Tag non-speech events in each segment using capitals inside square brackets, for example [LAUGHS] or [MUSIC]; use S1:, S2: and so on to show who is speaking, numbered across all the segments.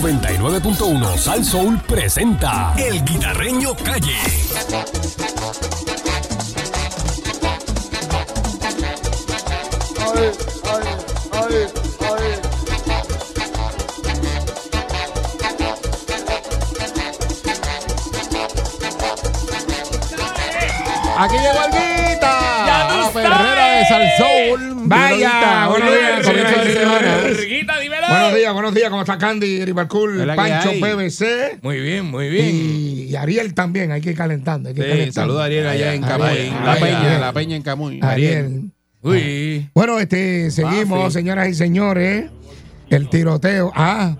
S1: 99.1 Sal Soul presenta El Guitarreño Calle.
S2: Ay, ay, ay, ay.
S3: Aquí llegó el Guita.
S4: Ya
S3: a
S4: tú
S3: Ah, la
S4: sabes.
S3: perrera de Salsoul.
S5: Vaya,
S3: Guita,
S5: buenos días,
S3: comienzo de
S5: comienzo de
S4: ¿eh?
S3: semana.
S5: semana.
S4: Riguita, dímelo.
S5: Buenos días, buenos días. ¿Cómo está Candy, Ribarcool,
S3: Hola, ¿qué
S5: Pancho,
S3: hay?
S5: PBC?
S4: Muy bien, muy bien.
S5: Y, y Ariel también. Hay que ir calentando. Hay que ir
S3: Sí,
S5: calentando.
S3: saluda a Ariel allá en Camuy.
S5: Ariel,
S3: en La
S5: Ariel.
S3: Peña, la Peña en Camuy.
S5: Ariel.
S4: Uy.
S5: Bueno, este, seguimos,
S3: Papi.
S5: señoras y señores. El tiroteo. Ah,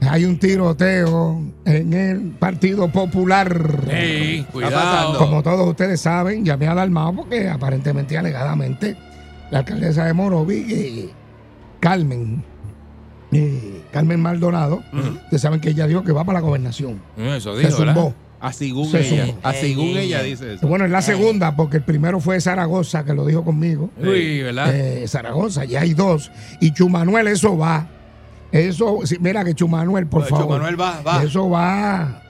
S5: hay un tiroteo en el Partido Popular.
S4: Ey,
S3: pasando?
S4: cuidado.
S5: Como todos ustedes saben, llamé alarmado porque aparentemente, y alegadamente, la alcaldesa de Morovi, eh, Carmen, eh, Carmen Maldonado, ustedes saben que ella dijo que va para la gobernación.
S4: Eso
S5: Se
S4: dijo, ¿verdad?
S5: zumbó.
S3: A Ah, según
S5: Se
S3: ella.
S5: sumó.
S3: A según ella dice eso.
S5: Bueno, es la segunda, porque el primero fue Zaragoza, que lo dijo conmigo.
S4: Uy, ¿verdad?
S5: Eh, Zaragoza, ya hay dos. Y Chumanuel, eso va. Eso, sí, mira que Chumanuel, por
S3: Lo de
S5: favor.
S3: Chumanuel va, va.
S5: Eso va.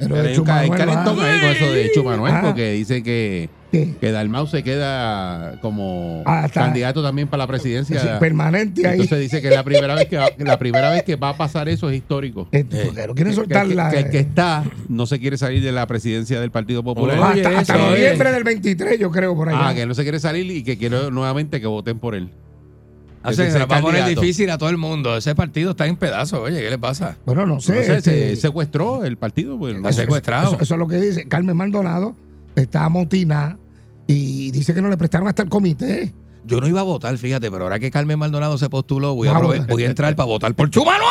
S5: Pero
S3: Pero
S5: de
S3: hay un ca- hay
S5: Chumanuel
S3: calentón
S5: va.
S3: ahí con eso de Chu Manuel,
S5: Ah.
S3: porque dice que,
S5: ¿Qué?
S3: que Dalmau se queda como
S5: Ah, está.
S3: candidato también para la
S5: Sí,
S3: presidencia.
S5: permanente ahí.
S3: Entonces dice que la primera vez que va, la primera vez que va a pasar eso es histórico.
S5: Eh, porque no quieren
S3: Que-
S5: soltar
S3: que-
S5: la. eh,
S3: que el que está no se quiere salir de la presidencia del Partido Popular.
S4: Oye,
S5: hasta hasta
S4: eso,
S5: noviembre
S4: eh.
S5: del 23, yo creo, por ahí.
S3: Ah, que no se quiere salir y que quiere nuevamente que voten por él.
S4: O sea,
S3: ese
S4: se la va a poner
S3: candidato.
S4: difícil a todo el mundo. Ese partido está en pedazos. Oye, ¿qué le pasa?
S5: Bueno, no sé.
S3: No sé,
S5: este,
S3: se eh, secuestró el partido. pues, no
S4: Está
S3: sé.
S4: secuestrado.
S5: eso, eso es lo que dice. Carmen Maldonado está amotinada y dice que no le prestaron hasta el comité.
S4: Yo no iba a votar, fíjate, pero ahora que Carmen Maldonado se postuló, voy a,
S5: Vas a
S4: prove-
S5: votar.
S4: voy a entrar para votar por Chumanuel.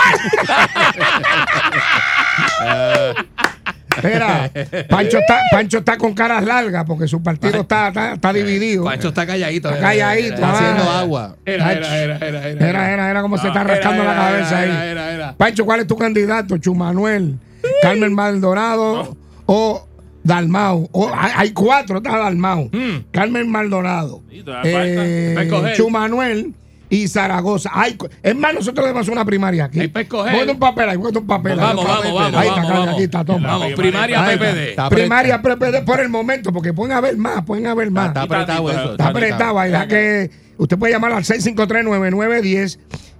S5: Espera, Pancho está, Pancho está con caras largas porque su partido está, está, está dividido.
S4: Eh, Pancho está calladito.
S5: Está calladito,
S4: Está
S5: ah.
S4: haciendo
S3: Haciendo
S4: agua.
S3: agua.
S4: Era, era, era, era. Era,
S5: Era, era, era como se está
S4: Ah, Era,
S5: rascando
S4: era,
S5: la cabeza
S4: era,
S5: ahí.
S4: Era, era.
S5: Pancho, ¿cuál es tu candidato? ¿Chumanuel, Carmen Maldonado o Dalmau? O, hay, hay cuatro, está Dalmau.
S4: Hmm.
S5: Carmen Maldonado, eh, Chumanuel y Zaragoza. Ay, cu- es más, nosotros le pasamos una primaria aquí.
S4: Hay pa' escoger.
S5: Ponte un papel ahí, ponte un papel. ahí,
S4: Vamos,
S5: un papel.
S4: vamos, vamos.
S5: Ahí está,
S4: vamos,
S5: Carmen,
S4: vamos.
S5: aquí está, toma.
S4: Vamos, primaria
S5: Ahí está.
S4: PPD.
S3: Está
S5: Primaria PPD por el momento, porque pueden haber más, pueden haber más.
S3: Ah, Está apretado eso.
S5: Está apretado, ahí, deja que usted puede llamar al 653-9910.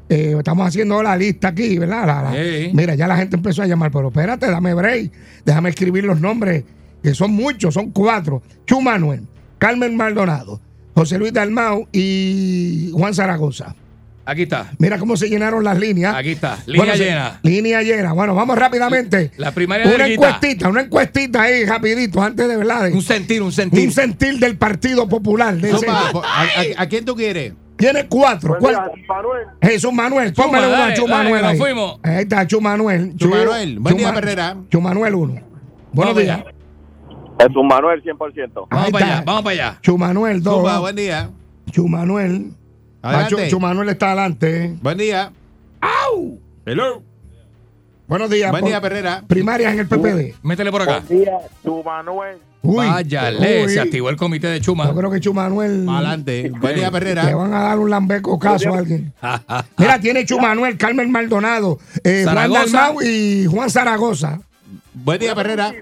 S5: Eh, estamos haciendo la lista aquí, ¿verdad? La- la-
S4: Sí.
S5: Mira, ya la gente empezó a llamar, pero espérate, dame break. Déjame escribir los nombres, que son muchos, son cuatro. Chu Manuel, Carmen Maldonado, José Luis Dalmau y Juan Zaragoza.
S4: Aquí está.
S5: Mira cómo se llenaron las líneas.
S4: Aquí está. Línea
S5: Bueno, se-
S4: llena.
S5: Línea llena. Bueno, vamos rápidamente.
S4: La primaria
S5: Una
S4: de
S5: encuestita, una encuestita ahí, rapidito, antes de verdad. de-
S4: Un sentir, un sentir.
S5: Un sentir del Partido Popular. de ese-
S3: Zumba, ¿a, a, a quién tú quieres?
S5: tiene cuatro.
S2: Buen
S5: ¿Cuál?
S2: día, Manuel.
S5: Jesús Manuel,
S4: Chuma,
S5: póngale una
S4: dale,
S5: a Chumanuel.
S4: dale, que
S5: ahí.
S4: nos fuimos.
S5: ahí está Chumanuel.
S3: Chumanuel, buen día, Perrera.
S5: Chumanuel uno. Buenos
S4: Vamos
S5: días.
S4: allá.
S2: Jesús Manuel, 100%.
S4: Vamos
S5: Ahí
S4: para
S5: está.
S4: allá, vamos para allá.
S5: Chumanuel dos.
S3: Zumba, buen día.
S5: Chumanuel. Ah,
S3: Adelante.
S5: Chu- Chumanuel está adelante.
S3: Buen día. Hello.
S5: Buenos días.
S3: Buen día,
S5: por-
S3: Perrera.
S5: Primarias en el PPD.
S4: Métele por acá.
S2: día, Jesús Manuel.
S5: Uy.
S4: Váyale,
S5: uy.
S4: se activó el comité de Chuma.
S5: Yo creo que Chumanuel
S3: Adelante.
S5: Mm.
S3: Buen día,
S5: le
S3: Perrera.
S5: van a dar un lambeco caso a
S4: [LAUGHS]
S5: alguien. Mira, tiene Chumanuel, Carmen Maldonado, eh, Juan
S4: Zaragoza.
S5: Dalmau y Juan Zaragoza.
S3: Buen día, Perrera.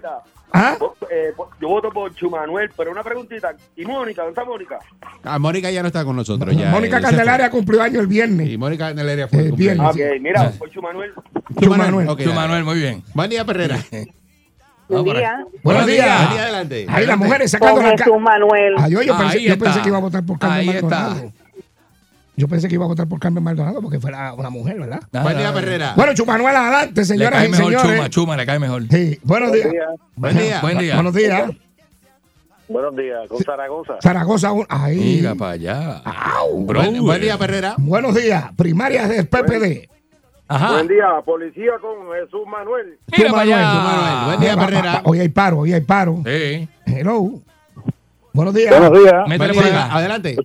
S5: ¿Ah?
S2: eh, yo voto por Chumanuel, pero una preguntita. ¿Y Mónica? ¿Dónde está Mónica?
S3: Ah, Mónica ya no está con nosotros. ya,
S5: Mónica
S3: eh, se fue.
S5: Candelaria cumplió año el viernes.
S3: Y Mónica Candelaria
S5: Eh, Ah,
S3: fue. el
S5: viernes.
S3: cumpleaños.
S2: Ok, mira, por Chumanuel.
S5: Chumanuel.
S3: Ok, dale.
S5: eh.
S4: Chumanuel, muy bien.
S3: Buen día, Perrera.
S4: Vamos
S6: Buen
S4: para
S6: día.
S4: acá.
S5: [LAUGHS] Buenos días.
S3: Buen día, adelante.
S5: Ahí las mujeres sacando
S6: Con
S5: la cara.
S6: Jesús Manuel.
S5: Ay, yo, yo
S4: Ahí
S5: pensé, yo
S4: está.
S5: pensé que iba a votar por Carmen
S4: Ahí está.
S5: Maldonado. Yo pensé que iba a votar por Carmen Maldonado porque fuera una mujer, ¿verdad?
S3: Buen día, Perrera.
S5: Bueno, Chumanuel, adelante,
S4: Ah. Le
S5: señoras
S4: cae
S5: y
S4: mejor
S5: señores.
S4: Chuma, Chuma, le cae mejor.
S5: Sí, buenos días.
S3: Buen día.
S4: Buen día.
S5: Buenos días.
S2: Buenos días, con Zaragoza.
S5: Zaragoza, un- ahí.
S4: Mira para allá.
S5: Au.
S3: Buen, buen día, Perrera.
S5: Buenos días. Primarias del PPD.
S4: Ajá.
S5: Ah.
S2: Buen día, policía con Jesús Manuel.
S4: Mira para
S5: Chumanuel,
S4: allá.
S3: Chumanuel, buen día,
S5: Va, va,
S3: Perrera.
S5: va. Ah, Hoy hay paro, hoy hay paro.
S4: Sí.
S5: Hello. Buenos días.
S2: Buenos días.
S4: Métele
S3: Buen
S4: por
S3: día.
S4: acá.
S3: Adelante.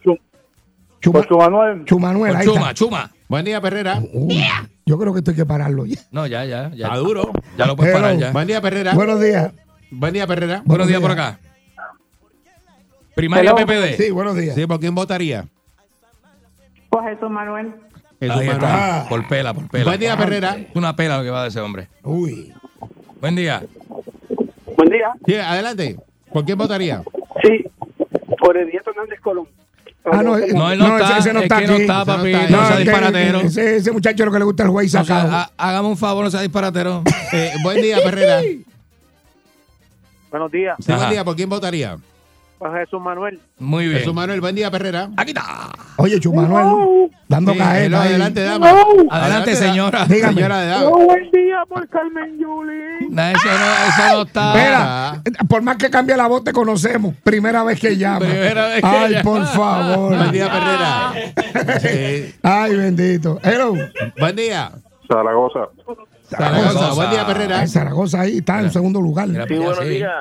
S5: Chuma-
S2: Por Chumanuel.
S5: Chumanuel, ahí
S4: Chuma,
S5: está.
S4: Chuma.
S3: Buen día, Perrera.
S5: Uy, yo creo que esto hay que pararlo ya.
S4: No, ya, ya. ya.
S3: Está duro.
S4: Ya lo puedes
S5: Pero-
S4: parar ya.
S3: Buen día, Perrera.
S5: Buenos días.
S3: Buen día, Perrera.
S4: Buenos días por
S5: buenos
S4: acá. Primaria PPD.
S5: Sí, buenos días.
S3: Sí, ¿por quién votaría?
S6: Con Jesús Manuel.
S3: Jesús
S4: Ahí
S3: Manuel.
S4: está.
S5: Ah.
S4: Por pela, por pela.
S3: Buen día, Perrera.
S4: Es Una pela lo que va de ese hombre.
S5: Uy.
S4: Buen día.
S2: Buen día.
S3: Sí, adelante. ¿Por quién votaría?
S2: Sí, por Edieto Hernández Colón.
S5: Ah, no, eh,
S4: No, él no,
S5: no,
S4: está.
S5: ese no
S4: es
S5: está
S4: que no
S5: aquí.
S4: está, papi.
S3: No,
S4: No,
S3: no,
S4: sea
S5: es que-
S4: disparatero.
S5: Ese, ese muchacho lo que le gusta el juez
S4: No ah, sea,
S5: sacado.
S4: ha- hágame un favor, no sea disparatero.
S3: Eh, buen día, Perrera. Sí,
S2: Buenos días.
S3: buen
S4: Ajá.
S3: día. ¿Por quién votaría?
S2: Pues Jesús Manuel.
S4: Muy bien.
S3: Jesús Manuel, buen día, Perrera.
S4: Aquí está.
S5: Oye, Chumanuel, dando
S3: Sí, hello,
S5: caer.
S3: adelante, dama.
S4: Adelante,
S3: da-
S4: señora.
S5: Dígame.
S3: Señora de dama.
S2: Oh, buen día por Carmen Yulín.
S4: No, eso, no, eso no está. ah.
S5: Espera, por más que cambie la voz, te conocemos. Primera vez que llama.
S4: Primera vez que
S5: Ay,
S4: llama.
S5: por favor.
S3: Buen
S5: [LAUGHS]
S3: día,
S5: Ah.
S3: Perrera. Sí.
S5: Ay, bendito. Hello.
S3: Buen día.
S2: Zaragoza.
S3: Zaragoza.
S4: Zaragoza.
S3: Buen día, Perrera.
S5: Ay, Zaragoza ahí está en segundo lugar.
S4: Mira,
S2: Sí, buenos
S4: Sí.
S2: días.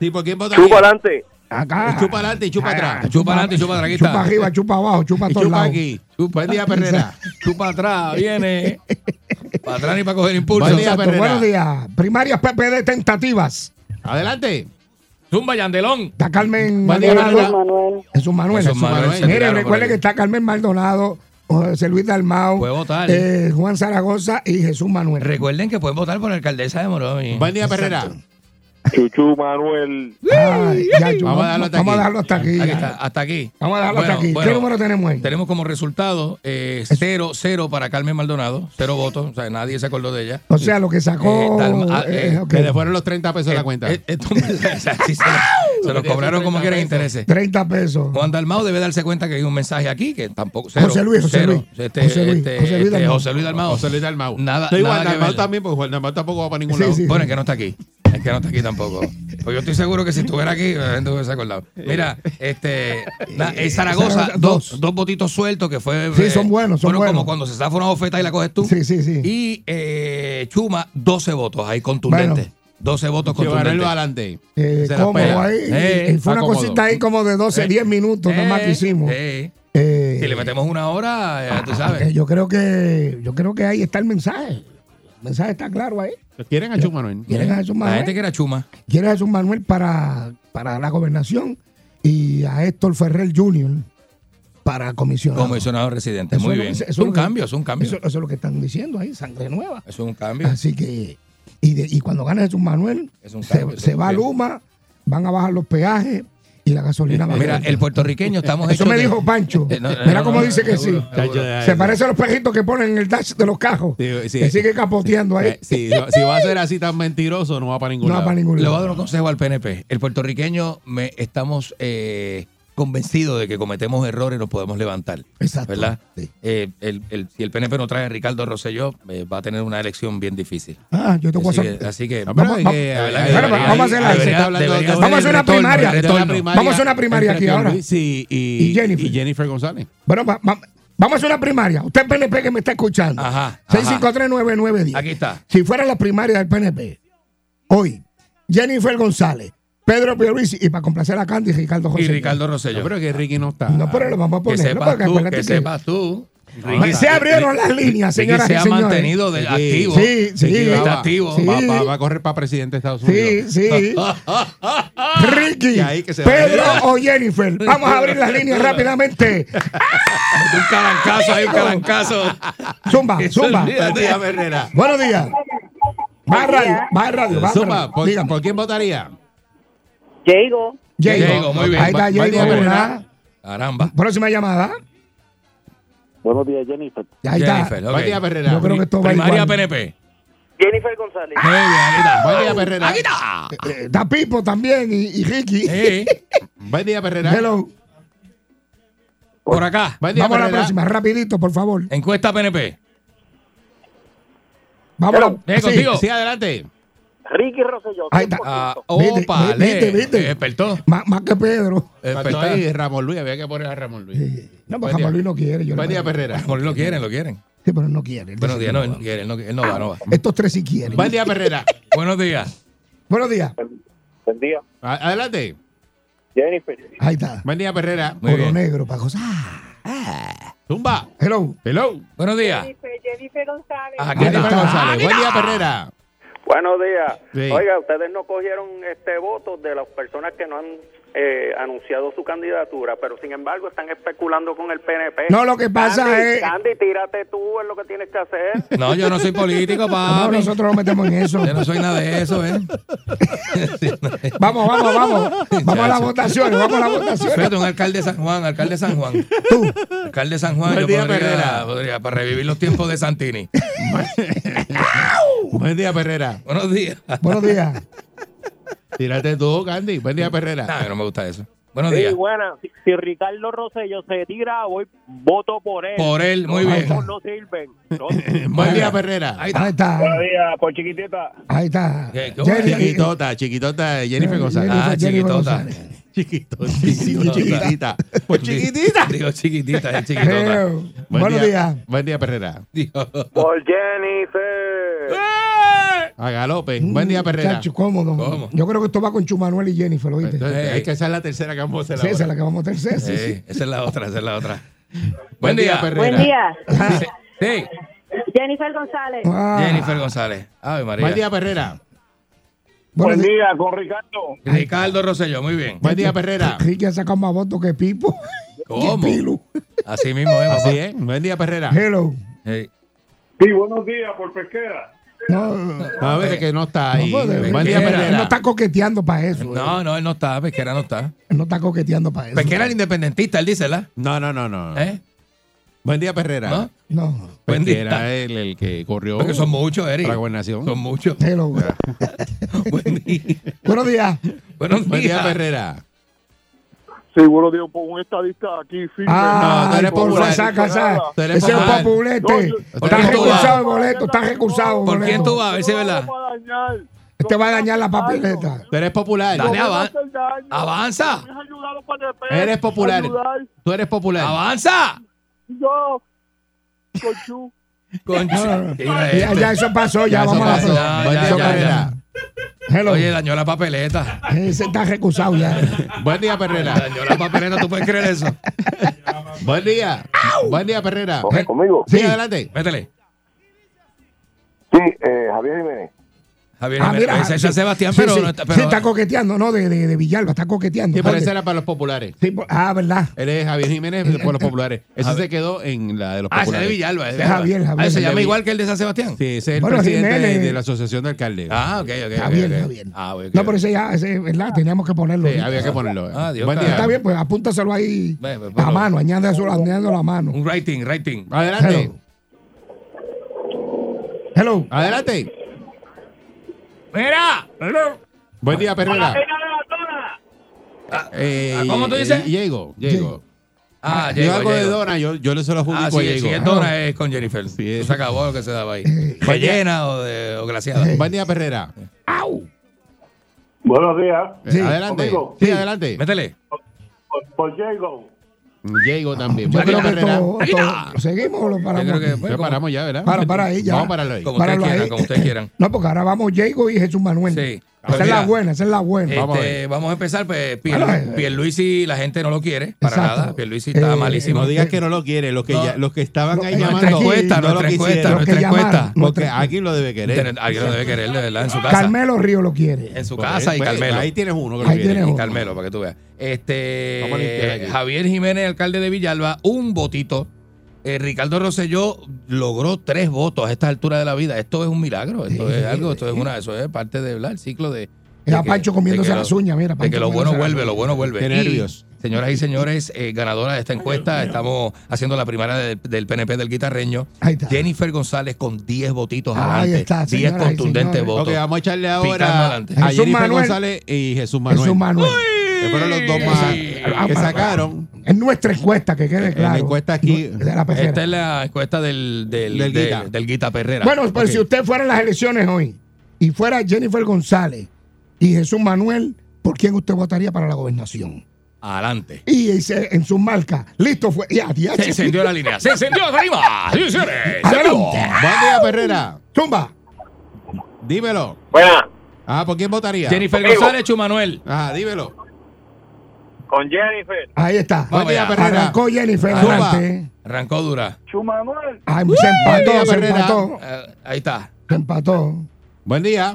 S3: Sí, ¿por quién votaría?
S2: Chupa adelante.
S5: Acá.
S3: Chupa adelante y chupa atrás.
S4: Chupa adelante y chupa atrás. Aquí
S5: Chupa
S4: está.
S5: arriba, chupa abajo, chupa Ah, a
S3: Y
S5: todos
S3: chupa
S5: lados.
S3: aquí. Buen día, Perrera.
S4: Chupa atrás, viene. Para atrás ni para coger impulso.
S3: Buen día,
S5: Exacto.
S3: Perrera.
S5: Buenos días. Primarias PPD tentativas.
S3: Adelante.
S4: Zumba Yandelón.
S5: Está Carmen
S3: Buen día,
S5: Maldonado.
S6: Manuel.
S5: Jesús Manuel.
S4: Jesús Manuel,
S3: Manuel.
S4: se
S5: Mire,
S4: tiraron por
S5: recuerde
S4: ahí.
S5: que está Carmen Maldonado, José Luis Dalmau,
S4: Puede votar.
S5: eh, Juan Zaragoza y Jesús Manuel.
S4: Recuerden que pueden votar por la alcaldesa de Morón. ¿eh?
S3: Buen día, Perrera.
S2: Chuchu Manuel.
S5: Ay, ya, yo-
S3: Vamos a dejarlo hasta
S5: vamos a
S3: aquí.
S5: dejarlo hasta aquí.
S4: Aquí
S5: ya.
S4: está, hasta aquí.
S5: Vamos a dejarlo
S4: Bueno,
S5: hasta aquí.
S4: bueno,
S5: ¿Qué número tenemos ahí?
S4: Tenemos como resultado 0-0 para Carmen Maldonado, 0 votos, o sea, nadie se acordó de ella.
S5: O sea, lo que
S4: Eh,
S5: sacó.
S4: Dalma- ah, eh,
S5: eh, ok.
S3: Que le fueron los 30 pesos de la cuenta.
S4: Eh, esto- o sea,
S3: [LAUGHS]
S4: sí se, lo- se los cobraron como quieren intereses.
S5: 30 pesos.
S4: Juan Dalmao debe darse cuenta que hay un mensaje aquí que tampoco. cero,
S5: José Luis, José
S4: cero.
S5: Luis.
S4: Este,
S5: José Luis,
S4: este,
S5: José Luis
S4: este,
S5: Dalmau.
S4: José Luis Dalmau.
S3: José Luis Dalmau.
S4: Nada-
S3: No, igual,
S4: nada que
S3: Dalmau
S4: ver.
S3: también, porque Juan Dalmau tampoco va para ningún
S5: Sí,
S3: lado.
S5: sí.
S4: Bueno, es que no está aquí. Es que no está aquí tampoco. Pues yo estoy seguro que si estuviera aquí, la gente hubiese acordado. Mira,
S5: [LAUGHS]
S4: este. na- eh, Zaragoza,
S5: Zaragoza,
S4: dos,
S5: dos.
S4: dos votitos sueltos que fue.
S5: Sí,
S4: eh,
S5: son buenos, son
S4: bueno, como
S5: buenos.
S4: cuando se zafa una oferta y la coges tú.
S5: Sí, sí, sí.
S4: Y eh, Chuma, 12 votos ahí contundentes.
S5: Bueno.
S4: 12 votos
S3: Llevarlo
S4: contundentes.
S3: adelante.
S5: Eh,
S3: Se la
S5: cómodo
S3: pela.
S5: ahí.
S4: Eh,
S5: Y fue una
S3: acomodo.
S5: cosita ahí como de 12,
S4: Eh,
S5: 10 minutos, nada más que
S4: Eh,
S5: hicimos.
S4: eh.
S5: Eh,
S4: Si le metemos una hora, eh, tú sabes.
S5: eh, yo creo que yo creo que ahí está el mensaje. El mensaje está claro ahí.
S3: Eh, ¿Quieren a Chuma Manuel?
S5: Eh, Quieren a Ah. Jesús
S4: Eh, La gente
S5: Manuel,
S4: que era Chuma.
S5: quieren a Jesús Manuel para, para la gobernación y a Héctor Ferrer Jr. para comisionado.
S4: Comisionado residente.
S5: Eso
S4: Muy
S5: es lo
S4: bien.
S5: que se-
S4: es
S5: eso es
S4: un
S5: lo que-
S4: cambio, es un cambio.
S5: Eso, Ah, eso es lo que están diciendo ahí, sangre nueva.
S4: Eso es un cambio.
S5: Así que, y, de- y cuando gane Jesús Manuel,
S4: Es un
S5: se,
S4: cambio,
S5: se
S4: sí,
S5: va
S4: bien.
S5: Luma, van a bajar los peajes y la gasolina va a
S4: Mira,
S5: bajar.
S4: el puertorriqueño estamos
S5: Eso
S4: hechos
S5: me
S4: de-
S5: dijo Pancho.
S4: Eh, [LAUGHS] no, no,
S5: Mira
S4: no,
S5: cómo
S4: no,
S5: dice que
S4: seguro,
S5: sí.
S4: seguro.
S5: Se parece a los perritos que ponen en el dash de los cajos.
S3: Sí, sí.
S5: que sigue capoteando ahí.
S3: Eh, sí, no, si va a ser así tan mentiroso, no va para ningún
S5: no va
S3: lado.
S5: para ningún
S4: Le voy a
S5: lado.
S4: dar un consejo al PNP. El puertorriqueño me estamos eh, convencidos de que cometemos errores y nos podemos levantar.
S5: Exacto.
S4: ¿Verdad?
S5: Sí.
S4: Eh, el- el- si el PNP no trae a Ricardo Rosselló, eh, va a tener una elección bien difícil.
S5: Ah, yo te voy a
S4: Así
S5: hacer.
S4: que, así que-
S3: No, pero
S5: Vamos-
S3: es que,
S5: vamos-
S3: la- la-
S5: espera,
S3: la-
S5: vamos a hacer la-
S3: la-
S5: se
S4: está hablando-
S3: debería
S4: vamos a
S5: hacer una
S3: el retorno,
S5: primaria.
S3: el retorno.
S5: Vamos a hacer una primaria
S3: entre
S5: aquí ahora.
S3: Pierluisi Y, y,
S5: Y Jennifer.
S3: y González.
S5: Bueno, va- va- vamos a hacer una primaria. Usted PNP que me está escuchando.
S4: Ajá, ajá.
S5: 6539910.
S4: Aquí está.
S5: Si fuera la primaria del PNP, hoy, Jennifer González, Pedro Pierluisi y para complacer a Candy, Ricardo José.
S4: Y Ricardo
S3: Yo
S4: Rosselló.
S3: creo que Ricky no está.
S5: No, pero lo vamos a
S4: que
S5: poner.
S4: sepas tú, que, sepas tú. Ricky
S5: se abrieron las líneas,
S4: Ricky
S5: señoras
S4: se
S5: y
S4: ha
S5: señores.
S4: mantenido de, activo.
S5: Sí, sí.
S4: Ricky
S5: va,
S4: está
S5: va.
S4: activo.
S5: Sí.
S3: Va, va- va a correr para presidente de Estados Unidos.
S5: Sí,
S3: [LAUGHS]
S5: sí. Ricky,
S3: Y ahí que se
S5: Pedro
S3: vaya.
S5: o Jennifer. Vamos a abrir
S3: [LAUGHS]
S5: las líneas rápidamente.
S4: Mete Un calancazo, hay un calancazo.
S5: Zumba, zumba.
S3: Buen día, Herrera.
S5: Buenos días. Va a radio, va a radio, va a
S3: Zumba,
S5: radio.
S3: ¿por,
S5: Dígame.
S3: por quién votaría?
S6: Diego.
S5: Jago.
S4: Jago, muy bien.
S5: Ahí está
S3: Buen día,
S5: Jago,
S3: Herrera.
S5: ¿verdad?
S4: Caramba.
S5: Próxima llamada.
S2: Buenos días, Jennifer.
S5: Ahí
S4: Jennifer,
S5: está.
S4: ok.
S3: Buen día, Herrera.
S5: Yo creo que esto va
S4: Primaria
S5: igual.
S4: PNP.
S6: Jennifer González.
S5: Ah.
S4: Muy bien, aquí está.
S3: Buen día, Herrera.
S4: Aquí está.
S5: Eh, Está Pipo también y, y Ricky.
S4: Eh,
S3: Buen día, Herrera.
S5: [LAUGHS] Hello.
S4: por acá.
S3: Buen día,
S5: Vamos a la
S3: Herrera.
S5: próxima, rapidito, por favor.
S4: Encuesta PNP.
S5: Vamos a la-
S4: Ven
S5: Sí.
S4: Eh, contigo.
S3: Sí, adelante.
S6: Ricky Rosselló.
S5: Ahí está.
S4: Ah,
S5: Viste,
S4: opa,
S5: viste, viste.
S4: Despertó.
S5: Más, más que Pedro.
S3: Faltó
S4: Despertó
S3: ahí
S4: ahí.
S3: Ramón Luis, había que poner a Ramón Luis.
S5: No,
S3: Buen
S5: pues Ramón
S3: día.
S5: Luis no quiere. yo le
S3: Buen día,
S5: voy a-
S3: Herrera.
S4: Por- Lo quieren, lo quieren.
S5: Sí, pero no quiere. él
S4: Buenos
S5: dice que
S4: días, no,
S5: no
S4: él no
S5: va.
S4: quiere, él no, él no va, no va.
S5: Estos tres sí quieren.
S3: Buen día, Herrera.
S4: Buenos días.
S5: Buenos días.
S6: Buen día.
S3: A- Adelante.
S6: Jennifer.
S5: Ahí está.
S3: Buen día, Herrera.
S4: Muy
S5: Oro
S4: bien.
S5: negro, para cosas. Ah,
S3: Zumba.
S5: hello.
S3: Hello.
S4: Buenos días.
S7: Jennifer, Jennifer González.
S4: Aquí
S5: Ahí
S3: Jennifer
S5: está.
S4: está.
S3: González. Buen día, Herrera.
S6: Buenos días.
S3: Sí.
S6: Oiga, ustedes no cogieron este voto de las personas que no han eh, anunciado su candidatura, pero sin embargo están especulando con el PNP.
S5: No, lo que pasa
S6: Candy,
S5: es-
S6: Candy, tírate tú, es lo que tienes que hacer.
S4: No, yo no soy político,
S5: No,
S4: papi.
S5: nosotros nos metemos en
S4: [LAUGHS]
S5: eso.
S4: Yo no soy nada de
S5: [LAUGHS]
S4: eso, ¿eh? Sí, no.
S5: Vamos, vamos,
S4: [LAUGHS]
S5: vamos. Vamos a las votaciones, vamos a las votaciones.
S4: Fíjate, un alcalde de San Juan, alcalde de San Juan.
S5: Tú.
S4: Alcalde de San Juan,
S7: Buen
S4: yo
S7: día,
S4: podría,
S7: Perrera.
S4: podría, para revivir los tiempos de Santini.
S7: Buen día, Perrera.
S4: Buenos días.
S5: Buenos días.
S3: Tírate tú, Candy. Buen día, Perrera.
S4: Nah, no me gusta eso. Buenos
S8: Sí,
S4: días.
S8: buena. Si, si Ricardo Rosselló se tira, voy voto por él.
S4: Por él, muy
S8: Los
S4: bien.
S8: otros no sirven.
S5: [LAUGHS]
S8: No.
S3: Buen día, Perrera.
S4: Ahí
S5: Ahí
S4: está.
S5: está.
S2: días, por chiquitita.
S5: Ahí está.
S4: ¿Qué- qué bueno,
S5: Jenny-
S3: Chiquitota, chiquitota de Jennifer González.
S4: Ah,
S5: Jennifer
S4: chiquitota.
S5: González.
S3: Chiquitota, chiquitita. Pues chiquitita.
S4: Digo chiquitita, es
S5: Eh,
S4: chiquitota.
S3: Buen
S5: Buenos
S3: día.
S5: días.
S3: Buen día, Perrera.
S4: Dios.
S6: Por Jennifer.
S5: Eh,
S3: Haga López. Buen día, Perrera.
S5: Mm, Chacho, cómodo.
S4: ¿Cómo?
S5: Yo creo que esto va con Chumanuel y Jennifer, ¿lo viste?
S3: Entonces,
S4: Hey.
S3: Es que esa es la tercera que vamos a hacer
S5: Sí, esa es la
S3: ahora.
S5: que vamos a hacer. sí, sí.
S4: Sí, esa es la otra, esa es la otra. Buen día,
S9: Buen día.
S4: Sí, Sí,
S9: Jennifer González.
S5: Ah,
S4: Jennifer González. Ave
S3: Buen
S4: María.
S3: día, Perrera.
S5: buenos días.
S2: día, con Ricardo.
S4: Ricardo Rosselló, muy bien.
S3: Buen día, Perrera.
S5: Ricky ha sacado más votos que Pipo. [LAUGHS]
S4: ¿Cómo?
S5: Que Pilu.
S4: Así mismo es, papá.
S3: Así es. Buen día, Perrera.
S5: Hello.
S4: Sí.
S2: Sí, buenos días, por pesquera.
S5: No,
S4: Ah,
S3: A ver que no está ahí.
S5: no, de-
S3: Buen día,
S5: él
S4: Perrera.
S5: no está coqueteando para eso. eh.
S4: No, no, él no está, Pesquera no está.
S5: Él no está coqueteando para eso.
S4: Pesquera era el independentista, él dice, ¿la?
S3: No, no, no, no.
S4: ¿Eh?
S3: Buen día, Perrera.
S4: ¿No?
S5: No.
S4: Buen
S3: Porque
S4: día.
S3: era él el que corrió
S4: Porque son muchos, Eric.
S3: para gobernación.
S4: Son muchos. [LAUGHS]
S5: Hello.
S4: Buen día.
S5: buenos días.
S4: Buenos
S3: Buen día,
S4: días.
S3: Perrera.
S2: Sí, buenos días, por un estadista aquí. firme.
S5: Ah,
S3: no, tú eres
S5: por
S3: popular.
S5: favor, saca, saca.
S3: Tú eres
S5: Ese es
S4: popular.
S5: populete.
S2: No,
S4: yo-
S5: Está
S4: ¿Por quién tú
S5: recursado
S4: vas?
S5: el boleto, está recursado el
S4: ¿Por
S5: boleto.
S4: quién tú vas? A ver si es verdad.
S2: No me va a dañar.
S5: Este va a dañar la papeleta.
S3: Tú eres popular.
S4: Dale,
S2: No me va a
S4: avan-
S2: hacer daño.
S4: avanza.
S2: Deja ayudar a los PNP.
S3: Eres popular.
S2: Ayudar.
S3: Tú eres popular.
S4: Avanza.
S2: Yo,
S4: [LAUGHS]
S2: Conchu.
S5: [LAUGHS]
S4: Concha. ¿Qué era
S5: Ah, Ya,
S4: esto?
S5: ya eso pasó,
S3: Ya
S5: ya vamos
S3: eso
S5: a
S3: pasó.
S5: la
S4: Ya,
S3: Buen
S4: ya,
S3: día,
S4: ya,
S3: Perrera.
S5: Hello.
S4: Oye, dañó la papeleta.
S5: Ese está recusado ya.
S3: Buen día, Perrera.
S4: Dañó la papeleta, ¿tú puedes creer eso?
S3: Buen día. Buen día, Perrera.
S6: Coge conmigo.
S3: Sí,
S5: Sí.
S3: adelante.
S4: Métele.
S6: Sí, eh, Javier Jiménez.
S4: Javier,
S5: Ah,
S4: mira,
S5: mira,
S4: ese es
S5: sí,
S4: Sebastián,
S5: sí,
S4: pero,
S5: sí,
S4: no está,
S5: sí,
S4: pero
S5: está coqueteando, no, de, de, de Villalba, está coqueteando.
S3: Sí, pero ese
S5: Oye,
S3: era para los populares.
S5: sí, por- ah, verdad.
S3: Él es Javier Jiménez por
S4: [LAUGHS]
S3: los populares. Ese
S4: Javier.
S3: se quedó en la de los
S4: Ah, ese es de
S3: populares.
S4: Villalba. es de
S5: Es Javier,
S4: Villalba.
S5: Javier.
S4: Ah, se
S5: El
S4: llama
S5: de
S4: igual que el de San Sebastián.
S3: Sí, ese es el
S5: Bueno,
S3: presidente de,
S5: Jiménez.
S3: de la Asociación de Alcaldes.
S4: Ah, ok, ok. ok,
S5: Javier,
S4: ok.
S5: Javier.
S4: Ah, ok, ok.
S5: No, pero ese ya, ese, ¿verdad? Teníamos que ponerlo.
S3: Sí,
S5: ahorita.
S3: había que ponerlo. eh.
S4: Ah, Dios,
S3: Buen día.
S4: claro.
S5: Está bien, pues apúntaselo ahí
S4: Ve, ve, ponlo.
S5: a mano, añádeselo, añádeselo a mano.
S4: Un rating, rating.
S3: Adelante.
S5: Hello. Hello.
S3: Adelante.
S4: ¡Mira!
S3: Buen día, Perrera. Eh,
S4: ah, ¿cómo tú dices?
S3: Llego, llego.
S4: Ah,
S3: yo
S4: llegó,
S3: hago de
S4: llegó.
S3: dona, yo, yo le se lo adjudico
S4: Ah,
S3: a
S4: sí,
S3: Diego.
S4: si es dona es con Jennifer.
S3: Sí, es. Pues
S4: Se acabó lo que se
S3: [LAUGHS]
S4: daba ahí. Ballena o, de, o glaciada.
S3: Eh, Buen día, Perrera.
S5: ¡Au!
S2: Buenos días.
S3: Eh,
S5: Sí.
S3: adelante.
S2: Conmigo.
S3: Sí, adelante.
S4: Métele.
S2: Por Diego.
S3: Llego también.
S5: Yo
S3: Buen día,
S5: creo que
S3: Perrera.
S5: todo, todo- seguimos o lo
S4: Yo
S5: paramos.
S4: creo que
S5: aquí?
S4: pues,
S3: Ya
S4: como,
S3: paramos ya, ¿verdad?
S5: Para, para ahí, ya.
S3: Vamos a pararlo ahí.
S4: como ustedes
S5: Páralo
S4: quieran,
S5: ahí.
S4: como ustedes quieran.
S5: [LAUGHS] No, porque ahora vamos Diego y Jesús Manuel.
S4: Sí.
S5: Esa es
S4: Mira,
S5: la buena, esa es la buena.
S4: Este,
S3: Vamos
S4: vamos,
S3: a
S4: a
S3: ver.
S4: empezar, pues
S5: Bueno, eh,
S4: Pierre, Pierluisi la gente no lo quiere para
S5: exacto.
S4: nada. Pierluisi está
S5: Eh,
S4: malísimo.
S5: no
S3: No digas que no eh, lo quiere, los que,
S4: No.
S3: ya- los que estaban ahí
S5: no,
S4: nuestra
S3: llamando.
S4: encuesta,
S3: no lo
S4: nuestra encuesta,
S3: quisieron.
S5: Los que
S4: nuestra encuesta.
S5: llamaron. no,
S3: Porque
S5: que-
S3: aquí lo debe querer.
S4: Ten- Alguien lo debe querer, de verdad, en su casa.
S5: Carmelo Río lo quiere.
S4: En su
S3: Pues,
S4: casa y
S3: pues,
S4: Carmelo.
S3: Ahí tienes uno que lo
S5: Ahí
S3: quiere.
S5: tienes
S4: Y
S5: uno.
S4: Carmelo, para que tú veas.
S3: Vamos a limpiar
S4: Este,
S3: aquí.
S4: Javier Jiménez, alcalde de Villalba, un votito. Eh, Ricardo Rosselló logró tres votos a esta altura de la vida. Esto es un milagro. Esto es algo, esto es una, eso es parte del ciclo de. de
S5: Era
S4: que-
S5: Pancho
S4: de
S5: comiéndose
S4: que lo-
S5: las uñas, mira.
S4: de que
S5: Pancho
S4: lo bueno
S5: comiéndose las
S4: vuelve,
S5: uñas.
S4: lo bueno vuelve.
S3: Qué
S4: Y,
S3: nervios.
S4: señoras y señores, eh, ganadora de esta encuesta, estamos haciendo la primaria del, del PNP del guitarreño.
S5: Ahí está.
S4: Jennifer González con 10 votitos
S5: Ahí
S4: adelante.
S5: está,
S4: 10
S5: señoras y
S4: contundentes
S5: señores.
S4: votos.
S3: Ok, vamos a echarle
S4: Picando
S3: ahora a
S4: adelante.
S5: Jesús
S3: Jennifer
S5: Manuel.
S3: González y Jesús Manuel.
S5: Jesús Manuel.
S3: Que fueron los dos más
S5: Ah,
S3: que
S5: para-
S3: sacaron.
S5: Es nuestra encuesta, que quede
S3: En
S5: claro.
S3: la encuesta aquí-
S5: De la pecera.
S4: Esta es la encuesta del, del,
S3: Pues Del
S4: del- del
S3: Guita. pues-
S4: Guita. Perrera.
S5: Bueno, pero
S4: Ok.
S5: si usted fuera en las elecciones hoy y fuera Jennifer González y Jesús Manuel, ¿por quién usted votaría para la gobernación?
S4: Adelante.
S5: Y dice en su marca, listo fue. Y adiós.
S4: Se encendió la línea. Se encendió la línea. Sí, señores. Se acabó.
S5: Adelante.
S3: Buen día, Perrera.
S5: Tumba.
S3: Dímelo.
S6: Buena.
S3: Ah, ¿por quién votaría?
S4: Jennifer González, Chumanuel.
S3: Ajá, dímelo.
S6: Con Jennifer.
S5: Ahí está.
S4: Vamos allá,
S3: Perrera.
S5: Arrancó Jennifer.
S3: Tumba.
S5: Adelante.
S4: Arrancó dura.
S5: Ay, se
S3: Buen
S5: empató,
S3: día,
S5: se
S3: Perrera.
S5: empató.
S4: Eh, ahí está.
S5: Se empató.
S3: Buen día.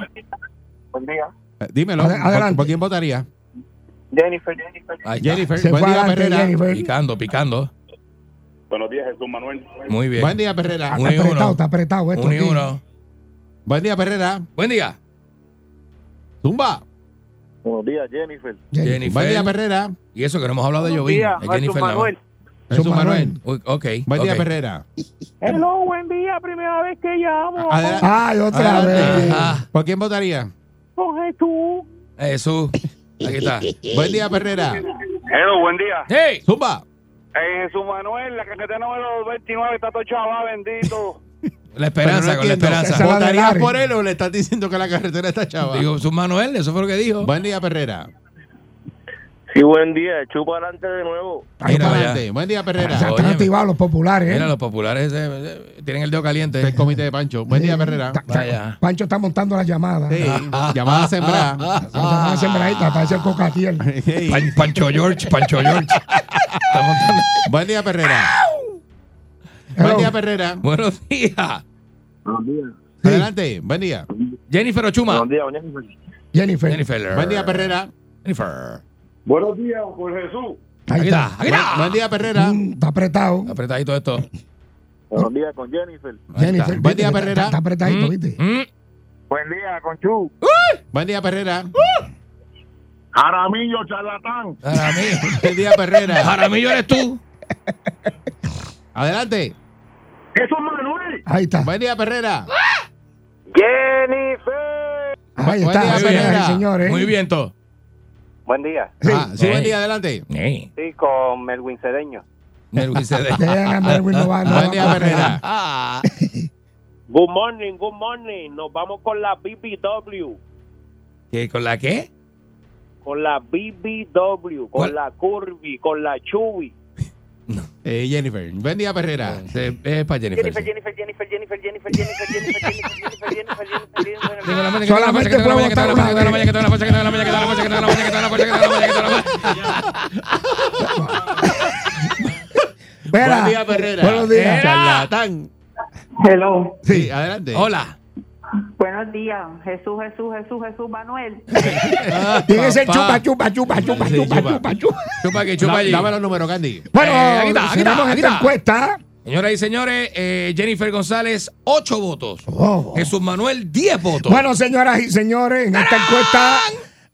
S2: Buen día.
S3: Eh, Dímelo.
S5: Ade-
S3: ¿por-
S5: adelante.
S3: ¿Por quién votaría?
S2: Jennifer, Jennifer.
S4: Ahí está.
S3: Jennifer.
S5: Se
S3: Buen
S5: fue
S3: día,
S5: adelante,
S3: Perrera.
S5: Jennifer.
S4: Picando, picando.
S2: Buenos días, Jesús Manuel.
S4: Muy bien.
S3: Buen día, pues, Perrera.
S4: Un
S5: Está
S4: y uno.
S5: apretado, está apretado esto.
S4: Un y
S5: aquí.
S4: uno.
S3: Buen día, Perrera.
S4: Buen día.
S3: Zumba.
S2: Buenos días, Jennifer.
S5: Jennifer.
S4: Jennifer.
S3: Buen día, Perrera.
S4: Y eso que no hemos hablado de Jovín.
S8: días,
S4: Es Jennifer nada más.
S8: Manuel.
S3: Jesús
S5: Jesús
S3: Manuel.
S4: Uy, ok.
S3: Buen día,
S4: ok.
S3: Perrera.
S8: Hello, buen día, primera vez que llamo.
S3: Adela-
S5: Ay, otra
S3: adelante.
S5: vez.
S4: Ajá.
S3: ¿Por quién votaría?
S8: Con Jesús.
S4: Jesús. Aquí
S3: [LAUGHS]
S4: está.
S3: Buen día, Perrera.
S6: Hello, buen día.
S4: ¡Hey!
S3: Zumba.
S6: Eh, Jesús Manuel, la carretera número 29 está todo chaval, bendito.
S4: La
S3: Pero
S4: esperanza,
S3: no
S4: con la
S3: entiendo.
S5: Esa
S4: esperanza.
S5: la- de
S3: ¿Votarías
S5: Lari.
S3: por él o le estás diciendo que la carretera está chava?
S4: Digo, su Manuel, eso fue lo que dijo.
S3: Buen día, Perrera.
S2: [LAUGHS] Sí, buen día. Chupa adelante de nuevo.
S5: Ahí
S4: Mira,
S5: para-
S4: vaya.
S3: Adelante. Buen día,
S5: Se
S3: Perrera.
S4: Oye,
S5: han activado los populares.
S4: Mira,
S5: ¿eh?
S4: los populares eh, eh, tienen el dedo
S3: Del
S4: caliente.
S3: comité de Pancho. Buen día, Perrera.
S5: Ta- ta-
S4: Vaya.
S5: Pancho está montando la llamada.
S3: Sí. Llamada sembrada.
S5: La llamada sembradita, parece el cocatiel.
S3: Sí.
S4: Pan- Pancho George, Pancho George. Está montando-
S3: Buen día, Perrera. Buen
S5: Hello.
S3: día, Perrera.
S4: Buenos días.
S2: Buenos días.
S3: Adelante. Buen día.
S4: Jennifer Ochuma.
S2: días, Jennifer.
S5: Jennifer.
S4: Jennifer.
S3: Buen día, Perrera.
S4: Jennifer.
S2: Buenos días, Jorge Jesús.
S5: Ahí
S4: Aquí
S5: está.
S4: está, aquí está.
S3: Buen- Buen día, Perrera.
S5: Mm, está apretado.
S4: Apretadito esto.
S2: Buenos días con Jennifer.
S4: Ahí
S5: Jennifer.
S4: está.
S3: Buen día,
S5: viste,
S3: Perrera.
S5: Está, está apretadito,
S4: Mm,
S5: ¿viste?
S4: mm.
S2: Buen día con Chu.
S3: Buen día, Perrera.
S2: Aramillo, charlatán.
S4: [LAUGHS] Jaramillo.
S3: Buen día, Perrera.
S4: Jaramillo eres tú.
S3: Adelante.
S2: Jesús Manuel.
S5: Ahí está.
S3: Buen día, Perrera.
S2: Jennifer.
S5: Ahí
S3: buen día,
S5: está.
S3: Perrera.
S5: señoras y señores.
S4: Muy bien, todo.
S6: Buen día.
S5: Sí.
S3: Ah, sí, buen
S4: Ey.
S3: día, adelante.
S4: Ey.
S6: Sí, con Melwin Cedeño.
S4: Melvin se de- [LAUGHS]
S5: Dejan a Melvin, no va- Ah, no va
S3: Buen día,
S5: a-
S3: Perrera.
S4: Ah.
S8: Good morning, good morning. Nos vamos con la BBW.
S4: ¿Qué, ¿Con la qué?
S8: Con la BBW. Con
S4: ¿Cuál?
S8: la Curvy. Con la Chubby.
S3: Eh, Jennifer. Buen día, Perrera.
S4: Se- Es para Jennifer. sí.
S9: Jennifer, Jennifer, Jennifer, Jennifer, Jennifer, Jennifer, Jennifer, Jennifer, Jennifer,
S4: Tengo la malla, que tengo la
S5: Solamente
S4: malla, que tengo la
S5: puedo
S4: malla, que
S5: votar
S4: tengo la
S5: una
S4: malla, que tengo la malla,
S5: vez.
S4: que tengo la malla, que tengo la malla, que tengo la malla, que tengo la malla, que tengo la malla, que tengo la malla, que tengo la malla, que tengo la malla.
S5: Espera.
S3: Buen día, Perrera.
S5: Buenos días.
S3: Charlatán.
S9: Hello.
S3: Sí, adelante. [LAUGHS]
S4: Hola.
S9: Buenos días. Jesús, Jesús, Jesús, Jesús, Manuel.
S5: Tiene que ser
S4: Papá.
S5: chupa, chupa, chupa, chupa,
S3: Sí,
S5: chupa,
S3: chupa.
S5: chupa, chupa.
S4: Chupa aquí, chupa
S3: Da-
S4: allí.
S3: Dame los números, Candy.
S5: Bueno,
S4: Eh, aquí está, aquí está,
S5: cerramos
S4: aquí
S5: esta
S4: está.
S5: encuesta.
S4: Señoras y señores, eh, Jennifer González, 8 votos.
S5: Oh.
S4: Jesús Manuel, 10 votos.
S5: Bueno, señoras y señores, en esta encuesta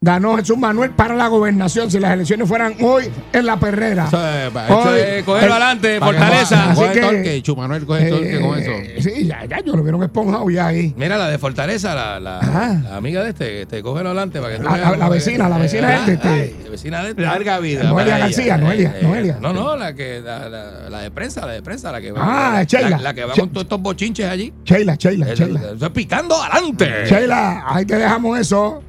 S5: ganó Jesús Manuel para la gobernación. Si las elecciones fueran hoy, en la perrera.
S3: Eso es, pa-
S5: Hoy,
S3: eso es-
S4: Eh, cogerlo
S5: eh,
S4: adelante,
S3: pa' que
S4: Fortaleza.
S5: Así
S3: Coge
S5: que-
S3: torque, Chumanuel coge torque con
S5: Eh,
S3: eso.
S5: Sí, ya, ya, yo lo vieron esponjado ya ahí.
S4: Mira, la de Fortaleza, la, la-
S5: Ajá.
S4: la amiga de este, que te cógelo adelante para que tú
S5: La-
S4: veas
S5: la- la
S4: cómo
S5: vecina,
S4: es.
S5: la vecina
S4: Eh,
S5: de este,
S4: ay,
S5: este.
S4: la vecina de este.
S3: Larga vida.
S5: Noelia
S4: para
S5: García,
S4: ella.
S5: Noelia, Noelia.
S4: No, no, la que, la, la- la de prensa, la de prensa, la que
S5: Ah,
S4: la,
S5: Sheila.
S4: la, la que va
S5: She-
S4: con todos estos bochinches allí.
S5: Sheila, Sheila,
S4: Eso-
S5: Sheila.
S4: eso es picando adelante.
S5: Sheila, ahí te dejamos eso.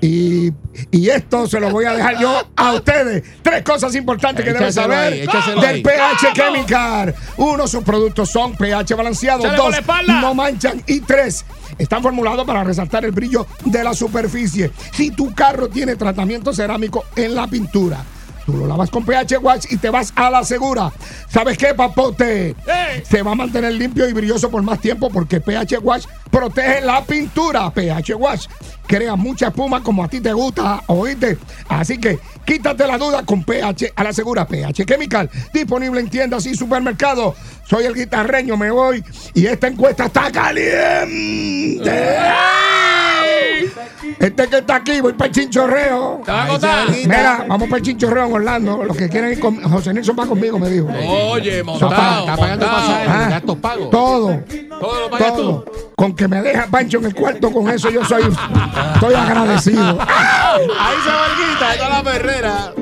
S5: Y, y esto se lo voy a dejar yo a ustedes. Tres cosas importantes que deben
S3: Échaselo
S5: saber
S3: ahí, échaselo
S5: del
S3: ahí.
S5: pH Chemical. Uno, sus productos son pH balanceados.
S4: Échale por
S5: Dos,
S4: la espalda.
S5: no manchan. Y tres, están formulados para resaltar el brillo de la superficie. Si tu carro tiene tratamiento cerámico en la pintura. Tú lo lavas con pH Watch y te vas a la segura. ¿Sabes qué, papote? Se va a mantener limpio y brilloso por más tiempo porque pH Watch protege la pintura. pH Watch crea mucha espuma como a ti te gusta, ¿oíste? Así que quítate la duda con pH a la segura. pH Chemical, disponible en tiendas y supermercados. Soy el guitarreño, me voy y esta encuesta está caliente. Este que está aquí, voy para el chinchorreo.
S4: Te va a agotar.
S5: Mira, vamos para el chinchorreo en Orlando. Los que quieren ir con José Nelson va conmigo, me dijo.
S4: Oye,
S3: Está
S4: montado,
S3: está pagando
S4: montado.
S3: pasajes,
S5: Ah.
S3: gastos pagos.
S5: Todo,
S4: Todo lo pagas
S5: todo.
S4: tú.
S5: Con que me deja Pancho en el cuarto, con eso yo soy, estoy agradecido.
S3: Ahí se va el guita, está la perrera.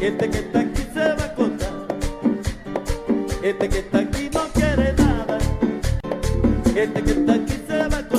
S7: Este que está aquí se va a cortar. Este que está aquí no quiere nada. Este que está aquí se va a cortar.